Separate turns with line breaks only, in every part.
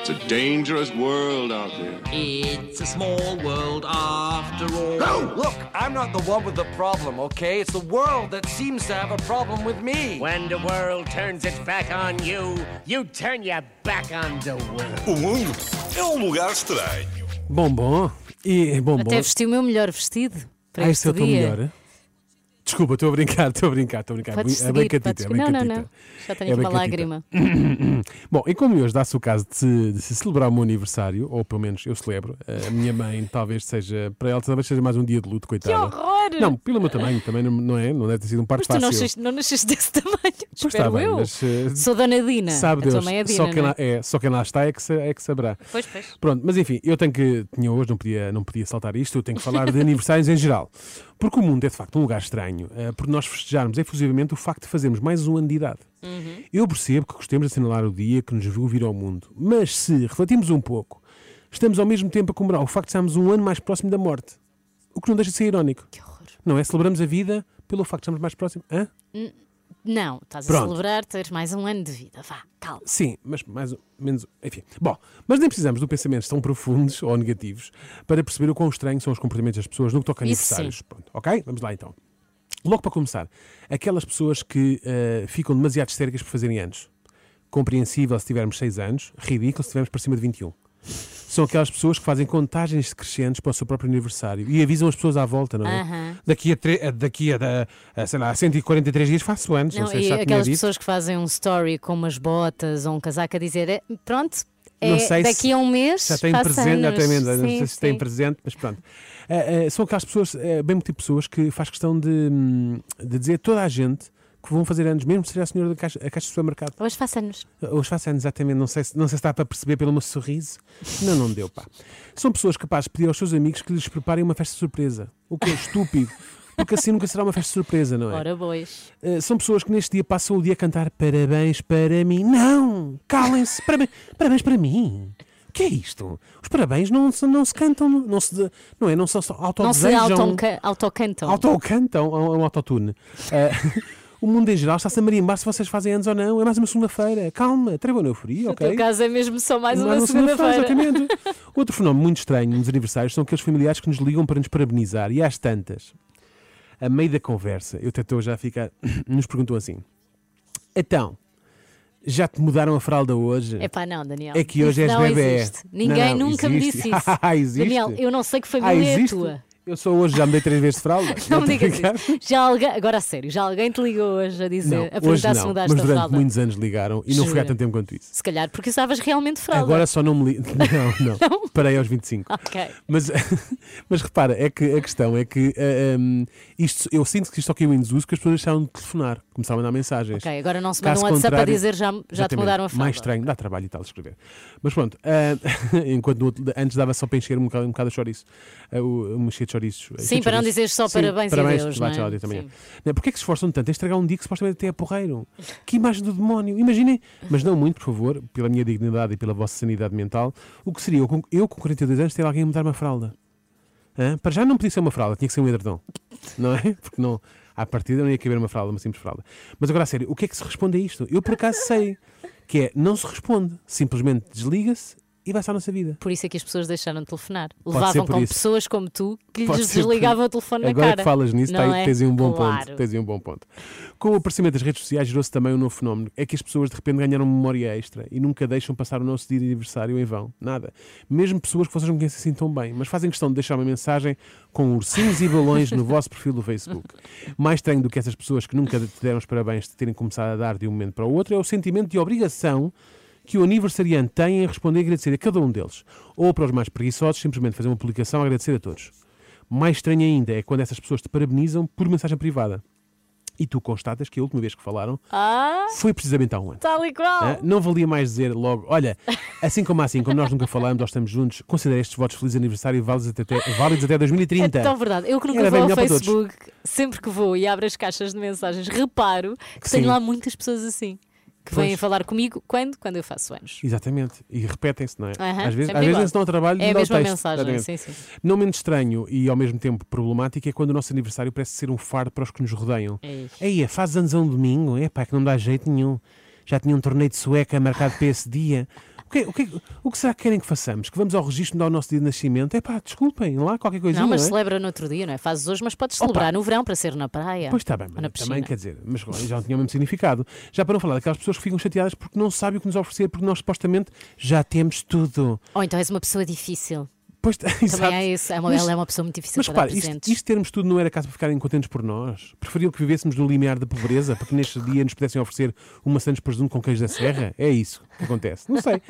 It's a dangerous world out there.
It's a small world after all.
Look, I'm not the one with the problem, okay? It's the world that seems to have a problem with me.
When the world turns its back on you, you turn your back on the world.
O mundo é um lugar estranho.
Bombom e bombom.
Até vesti o meu melhor vestido para
Ah, este
este
é o teu
dia.
melhor. é? Desculpa, estou a brincar, estou a brincar, estou a brincar.
Podes
é
seguir,
bem catita,
podes...
é bem
Não, não,
catita.
não. Já tenho
É bem
aqui uma
catita.
lágrima.
Bom, e como hoje dá-se o caso de se, de se celebrar o meu aniversário, ou pelo menos eu celebro, eh, a minha mãe talvez seja, para ela talvez seja mais um dia de luto, coitada.
horror!
Não, pelo meu tamanho também, não- não é? Não deve ter sido um parto
Mas tu não
fácil.
nasceste, não nasceste desse tamanho.
Pois
Espero
está bem,
eu.
mas, eh,
Sou Dona Dina.
Sabe
a
Deus,
tua mãe é Dina.
só, quem
não
lá, é, só quem lá está é que, sa- é que saberá.
Pois, pois.
Pronto, mas enfim, eu tenho que. Tinha hoje, não podia, não podia saltar isto, eu tenho que falar de aniversários em geral. Porque o mundo é de facto um lugar estranho, eh, por nós festejarmos efusivamente o facto de fazermos mais um ano de idade.
Uhum.
Eu percebo que gostemos de assinalar o dia que nos viu vir ao mundo, mas se refletirmos um pouco, estamos ao mesmo tempo a comemorar o facto de estarmos um ano mais próximo da morte. O que não deixa de ser irónico.
Que horror.
Não é? Celebramos a vida pelo facto de estarmos mais próximos. Hã?
Não, estás a
Pronto.
celebrar teres mais um ano de vida. Vá, calma.
Sim, mas mais ou menos. Enfim. Bom, mas nem precisamos de pensamentos tão profundos ou negativos para perceber o quão estranhos são os comportamentos das pessoas no que toca a
Isso
aniversários. Pronto, ok? Vamos lá então. Logo para começar, aquelas pessoas que eh, ficam demasiado histéricas por fazerem anos. Compreensível se tivermos 6 anos, ridículo se tivermos para cima de 21. São aquelas pessoas que fazem contagens decrescentes para o seu próprio aniversário e avisam as pessoas à volta, não é?
Aham.
Daqui, a, tre- a- daqui a, da- a, sei lá, 143 dias faço anos, não,
Não,
sei se
e
já tinha
aquelas
dito.
pessoas que fazem um story com umas botas ou um casaco a dizer, "É, pronto, é,
Não sei se-
daqui a um mês.
Já tem
faço
presente, já
anos."
tem menos, não
Sim,
sei se tem
sim.
presente, mas pronto. Ah, ah, são aquelas pessoas, ah, bem muito pessoas, que faz questão de, hum, de dizer a toda a gente que vão fazer anos, mesmo que seja a senhora da caixa, a caixa do supermercado. Eh,
Hoje faço anos.
Hoje faço anos, exatamente, não sei, se, não sei se dá para perceber pelo meu sorriso. Não, não deu, pá. São pessoas capazes de pedir aos seus amigos que lhes preparem uma festa surpresa. O que é estúpido, porque assim nunca será uma festa surpresa, não é?
Ora, bois.
Uh, são pessoas que neste dia passam o dia a cantar parabéns para mim. Não! Calem-se! Parabéns, parabéns para mim! O que é isto? Os parabéns não, se- não se cantam, não se, de- não é? Não são só
Não se
autodesejam.
autoca- autocantam.
Autocantam, é um é um autotune. Uh, o mundo em geral está-se a marimbar se vocês fazem anos ou não. É mais uma segunda-feira. Calma, treva na euforia,
No
ok?
teu caso é mesmo só mais
Não,
uma
não se lembra,
segunda-feira.
Exatamente. Outro fenómeno muito estranho nos aniversários são aqueles familiares que nos ligam para nos parabenizar e às tantas, a meio da conversa, eu até estou já a ficar, nos perguntam assim: então, já te mudaram a fralda hoje?
É pá, não, Daniel.
É que hoje és
Isso não
bebê.
existe. Ninguém
Não, não,
nunca
existe.
me disse isso.
Ah, existe.
Daniel, eu não sei que
Ah,
família é a
existe?
tua.
Eu sou hoje, já me dei três vezes de fralda.
Não
estou
me
a
digas
brincar.
isso. Já alguém, agora a sério, já alguém te ligou hoje a dizer,
Não,
a
hoje
perguntar se
não,
mudaste
mas
a
durante
fralda?
muitos anos ligaram e não foi há
Jura?
tanto tempo quanto isso.
Se calhar porque usavas realmente fralda.
Agora só não me li... Não, não. Parei aos 25.
Ok.
Mas, mas repara, é que a questão é que ah, hum, isto, eu sinto que isto só caiu em desuso que as pessoas deixaram de telefonar, começaram a mandar mensagens.
Ok, agora não se manda
Caso
um WhatsApp a
contrário-
dizer já, já te
Exatamente.
mudaram a fralda.
Mais estranho, dá trabalho e tal de escrever. Mas pronto, ah, enquanto no outro- antes dava só para encher um bocado, um bocado de chouriço, ah, o- um cheio de chouriços. eh,
Sim,
cheio de
para não
chouriços.
dizer só
Sim,
parabéns e
parabéns,
adeus,
vai,
não é?
tchau, adeus amanhã.
Sim.
Não, Porquê é que se esforçam tanto a estragar um dia que supostamente até é porreiro? Que imagem do demónio! Imaginem, mas não muito, por favor, pela minha dignidade e pela vossa sanidade mental, o que seria eu com, eu com 42 anos ter alguém a me dar uma fralda? Hã? Para já não podia ser uma fralda, tinha que ser um edredom. Não é? Porque não, à partida não ia caber uma fralda, uma simples fralda. Mas agora, a sério, o que é que se responde a isto? Eu por acaso sei que é não se responde, simplesmente desliga-se e vai-se à nossa vida.
Por isso é que as pessoas deixaram de telefonar.
ser
Levavam
por
com
isso.
pessoas como tu que
Pode
lhes
ser por
desligavam o telefone na
Agora
cara.
que falas nisso,
não
tá-
é?
tens aí um bom
Claro.
ponto. Tens aí um bom ponto. Com o aparecimento das redes sociais gerou-se também um novo fenómeno. É que as pessoas de repente ganharam memória extra e nunca deixam passar o nosso dia de aniversário em vão. Nada. Mesmo pessoas que vocês não conhecem assim tão bem, mas fazem questão de deixar uma mensagem com ursinhos e balões no vosso perfil do Facebook. Mais estranho do que essas pessoas que nunca te deram os parabéns de terem começado a dar de um momento para o outro é o sentimento de obrigação que o aniversariante tem em responder e agradecer a cada um deles. Ou para os mais preguiçosos, simplesmente fazer uma publicação a agradecer a todos. Mais estranho ainda é quando essas pessoas te parabenizam por mensagem privada. E tu constatas que a última vez que falaram
Ah,
foi precisamente há um ano.
tal e qual.
Ah, Não valia mais dizer logo, olha, assim como assim, como nós nunca falamos, nós estamos juntos, considera estes votos felizes de aniversário e válidos até, até- válidos até
É
2030.
tão verdade. Eu que nunca
Era bem
vou
melhor
ao
para todos.
Facebook, sempre que vou e abro as caixas de mensagens, reparo que
Sim.
tenho lá muitas pessoas assim que
Pois.
vêm falar comigo quando? Quando eu faço anos.
Exatamente, e repetem-se, não é?
Aham,
às vezes, às
sempre
vezes
igual.
nem se dão ao trabalho de
É a
dar o
mesma
texto.
mensagem,
Exatamente.
sim, sim.
Não menos estranho e ao mesmo tempo problemático é quando o nosso aniversário parece ser um fardo para os que nos rodeiam.
Ei.
Ei, é faz anos a um domingo, é pá, que não dá jeito nenhum. Já tinha um torneio de sueca marcado para esse dia. O que, o, que, o que será que querem que façamos? Que vamos ao registro dar o nosso dia de nascimento? É pá, desculpem, lá qualquer coisinha.
Não, mas
é?
celebra no outro dia, não é? Fazes hoje, mas podes celebrar no verão para ser na praia.
Pois está bem,
ou na
mas
piscina.
também quer dizer, mas já não tinha o mesmo significado. Já para não falar daquelas pessoas que ficam chateadas porque não sabem o que nos oferecer, porque nós supostamente já temos tudo.
Ou então és uma pessoa difícil.
Pois, exato.
Também é isso. É uma,
Mas-
ela é uma pessoa muito difícil
Mas
para dar
repara, isto,
presentes.
isto termos tudo não era caso para ficarem contentes por nós. Preferiam que vivêssemos do limiar da pobreza para que neste dia nos pudessem oferecer uma Santos presunto com queijo da serra? É isso que acontece. Não sei.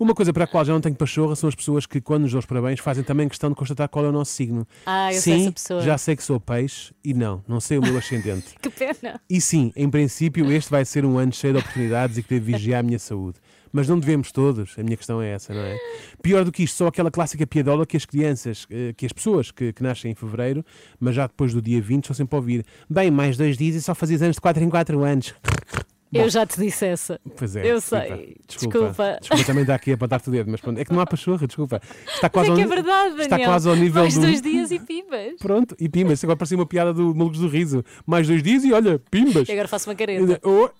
Uma coisa para a qual já não tenho pachorra são as pessoas que, quando nos dão os parabéns, fazem também questão de constatar qual é o nosso signo.
Ah, eu
Sim,
sou essa pessoa.
já sei que sou peixe e não, não sei o meu ascendente.
Que pena.
E sim, em princípio, este vai ser um ano cheio de oportunidades e que devo vigiar a minha saúde. Mas não devemos todos, a minha questão é essa, não é? Pior do que isto, só aquela clássica piadola que as crianças, eh, que as pessoas que, que nascem em fevereiro, mas já depois do dia 20, são sempre a ouvir: bem, mais dois dias e só fazias anos de 4 em 4 anos.
Eu já te disse essa.
Pois é.
Eu
desculpa,
sei.
Desculpa.
Desculpa.
Desculpa, também dá aqui a apontar-te o dedo, mas pronto, é que não há pachorra, desculpa. Está
Mas
quase
é
ao
que é
ni-
verdade, Daniel.
Está quase ao nível
Mais
do.
dois dias e pimbas.
Pronto, e pimbas, agora parecia uma piada do Malucos do Riso. Mais dois dias e olha, pimbas.
E agora faço uma careta.
Oh.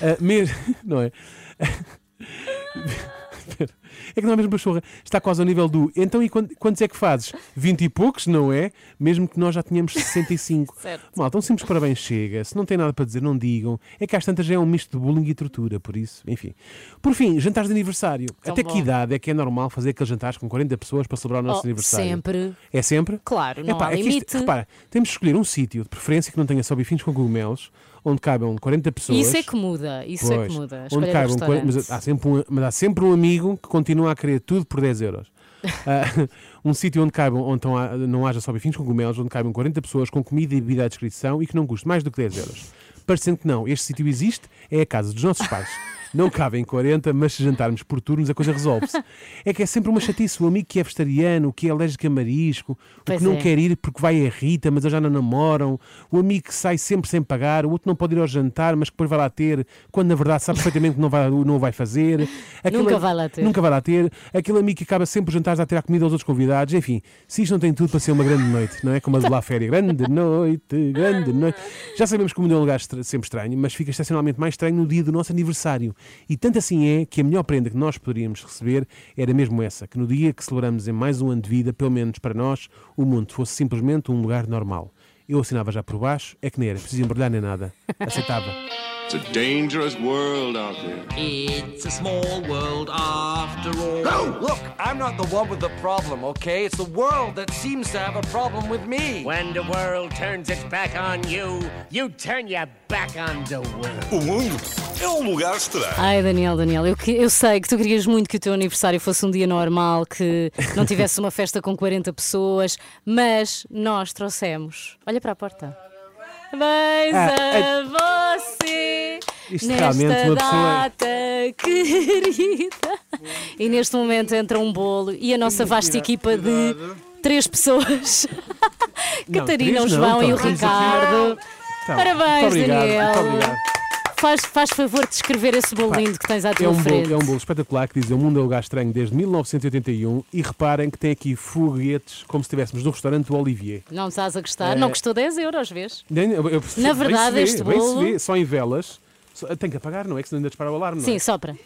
Ah, mes- não é? É que não é mesmo pachorra. Está quase ao nível do. Então, e quan- quantos é que fazes? 20 e poucos, não é? Mesmo que nós já tínhamos 65.
Certo.
Mal, tão um simples parabéns chega. Se não tem nada para dizer, não digam. É que às tantas já é um misto de bullying e tortura, por isso, enfim. Por fim, jantares de aniversário.
Tão
Até
bom.
que idade é que é normal fazer aqueles jantares com 40 pessoas para celebrar o nosso
Oh,
aniversário?
sempre.
É sempre?
Claro, não
Epá,
há
é que
limite.
Isto, repara, temos de escolher um sítio, de preferência que não tenha só bifinhos com cogumelos, onde cabam 40 pessoas.
Isso é que muda. Isso é que
Pois,
muda.
Onde
Escolher o
caibam,
restaurante.
mas há, sempre um, mas há sempre um amigo que continua a querer tudo por 10 euros. Ah, um sítio onde caibam, onde estão a- não haja só bifinhos com cogumelos, onde caibam 40 pessoas com comida e bebida à descrição e que não custe mais do que 10 euros. Parecendo que não, este sítio existe, é a casa dos nossos pais. Não cabem 40, mas se jantarmos por turnos a coisa resolve-se. É que é sempre uma chatice. O amigo que é vegetariano, o que é alérgico a marisco, o
Pois
que não
é.
quer quer ir porque vai a Rita, mas eles já não namoram. O amigo que sai sempre sem pagar, o outro não pode ir ao jantar, mas que depois vai lá ter, quando na verdade sabe perfeitamente que não, vai, não o vai fazer. é
Nunca vai lá ter.
Nunca vai lá ter. Aquele amigo que acaba sempre os jantares a tirar comida aos outros convidados. Enfim, se isto não tem tudo para ser uma grande noite, não é? Como a de lá à férias. Grande noite, grande noite. Já sabemos que o mundo é um lugar estra- sempre estranho, mas fica excepcionalmente mais estranho no dia do nosso aniversário. E tanto assim é que a melhor prenda que nós poderíamos receber era mesmo essa, que no dia que celebramos em mais um ano de vida, pelo menos para nós, o mundo fosse simplesmente um lugar normal. Eu assinava já por baixo, é que nem era preciso embrulhar nem nada. Aceitava.
It's a dangerous world out there.
It's a small world after all.
Look, I'm not the one with the problem, okay? It's the world that seems to have a problem with me.
When the world turns its back on you, you turn your back on the world.
O mundo é um lugar
ah,
estranho.
Ai, Daniel, Daniel, eu, que- eu sei que tu querias muito que o teu aniversário fosse um dia normal, que não tivesse uma festa com 40 pessoas, mas nós trouxemos. Olha para a porta. Bens a você
Ah, é- Isto realmente
nesta
uma pessoa-
data querida. E neste momento entra um bolo e a nossa vasta equipa de três pessoas.
Não,
Catarina,
três
o
não,
João e o
estão três aqui.
Ricardo.
Então,
Parabéns,
muito obrigado,
Daniel.
Muito obrigado.
Faz, faz favor de escrever esse bolo lindo que tens à tua
É um,
frente.
bolo, é um bolo espetacular que diz O Mundo é um Lugar Estranho desde 1981 e reparem que tem aqui foguetes como se estivéssemos no restaurante do Olivier.
Não estás a gostar?
É.
Não custou 10 euros, vês?
Nem- eu- eu- bem
verdade,
se vê,
este
bem se
bolo-
vê, só em velas. Só- Tem que apagar, não é? Que senão ainda dispara o alarme, não é?
Sim, sopra.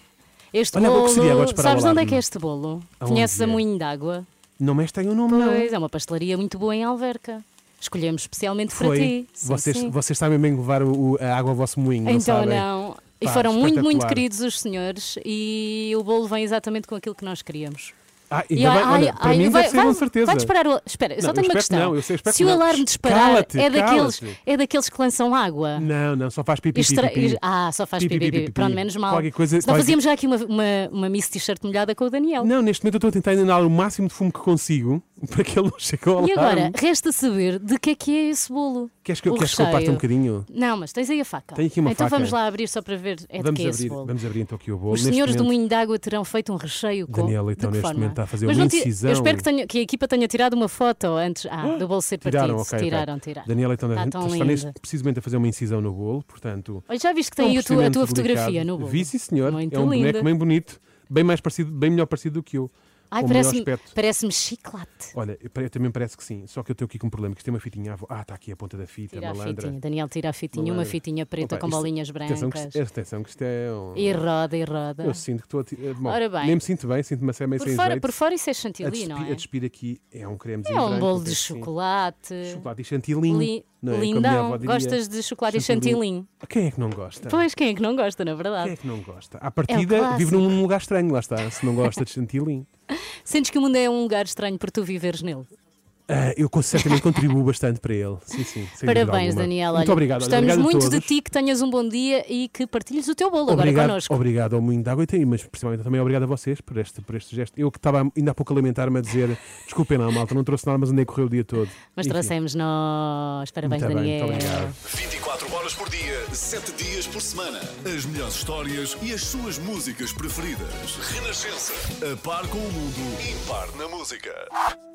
Este
Olha, bom que
bolo.
seria agora disparar o
Sabes de onde é
alarme.
que é este bolo?
Aonde
Conheces a
é?
Moinho d'Água?
Não me tem o nome, não.
Pois, é uma pastelaria muito boa em Alverca. Escolhemos especialmente para
Foi.
ti. Sim,
Vocês,
sim.
vocês sabem bem levar o- o- a água ao vosso moinho, não
Então
sabem?
não. E
Pá,
foram muito, muito
espetacular.
queridos os senhores e o bolo vem exatamente com aquilo que nós queríamos.
Ah,
E
ainda bem,
ai,
olha, para
ai,
mim
vai,
deve ser
vai-
com certeza.
Vai disparar o. Espera, eu só
Não,
tenho
eu espero
uma
que
questão.
não, eu sei, eu espero
Se
que
o
não.
alarme disparar,
Cala-te,
é, daqueles,
cala-te.
é daqueles que lançam água.
Não, não, só faz pipi, pipi,
Estra-
pipi.
Ah, só faz
Pi, pi,
pipi,
pi,
pipi.
pi, pi.
Pronto, menos mal.
Qualquer coisa-
Senão
qualquer-
fazíamos já aqui uma, uma, uma Miss T-shirt molhada com o Daniel.
Não, neste momento eu estou a tentar inalar o máximo de fumo que consigo para que ele não chegue ao
E agora,
alarme.
resta saber de que é que é esse bolo.
Queres que eu,
O
queres que eu parta um
recheio.
bocadinho?
Não, mas tens aí a faca.
Tenho aqui uma
então
faca.
vamos lá abrir só para ver é de
Vamos
que é esse
abrir,
bolo.
vamos abrir então aqui o bolo.
Os
Neste
senhores do
momento-
Moinho d'Água terão feito um recheio com.
Daniel,
de
então,
que
neste
forma?
momento está a fazer
Mas
uma
não ti-
incisão.
Eu espero que, tenha- que a equipa tenha tirado uma foto antes ah, do bolo ser partido.
Tiraram, ok. ok.
tiraram, tiraram.
Daniel, então,
está
está,
Tá tão
está neste,
lindo.
precisamente a fazer uma incisão no bolo, portanto.
Olha, já viste que
é um
tem aí a tua, a tua
procedimento
fotografia
delicado.
no bolo?
Vi, sim, senhor.
Muito
é um
linda.
boneco bem bonito, bem mais parecido, bem melhor parecido do que eu.
Ai,
com o melhor
parece-me
aspecto.
parece-me chiclate.
Olha, eu também parece que sim. Só que eu tenho aqui com um problema, que isto tem uma fitinha. à vo- Ah, está aqui a ponta da fita,
Tira a
malandra.
fitinha. Daniel tira a fitinha, uma
Malandra.
fitinha preta
Opa,
com
isto-
bolinhas brancas.
Atenção que, isto- atenção que isto é um...
E roda, e roda.
Eu sinto que estou a... ti- eh, bom,
Ora bem.
Nem me sinto bem, sinto-me assim meio
por,
sem
fora,
jeito.
por fora isso é
a,
chantilly,
despi-
não é?
a despir aqui é um cremezinho
É um
branco, assim.
bolo de
penso que sim.
chocolate.
Chocolate e chantilim.
Li-
não é? Como a minha avó
Lindão,
diria.
gostas de chocolate e chantilim.
Quem é que não gosta?
Pois, quem é que não gosta, na
Quem é
verdade?
que não gosta? À partida, vive
clássico.
num lugar estranho, lá está, se não gosta de chantilim.
Sentes que o mundo é um lugar estranho por tu viveres nele.
Ah, eu con- certamente contribuo bastante para ele. Sim, sim. sem dúvida
Parabéns,
alguma.
Daniel.
Muito
Olha,
obrigado. olha,
Gostamos
obrigado a
muito de
todos.
ti, que tenhas um bom dia e que partilhes o teu bolo agora
obrigado,
connosco.
Obrigado ao Moinho de Água e Taí, mas principalmente também obrigado a vocês por este, por este gesto. Eu que estava ainda há pouco a lamentar-me a dizer desculpem lá, malta, não trouxe nada, mas andei a correr o dia todo.
Mas
Enfim,
trouxemos nós. Parabéns,
Muito bem, muito
Daniel.
obrigado.
24 horas por dia, 7 dias por semana. As melhores histórias e as suas músicas preferidas. Renascença. A par com o mundo, impar na música.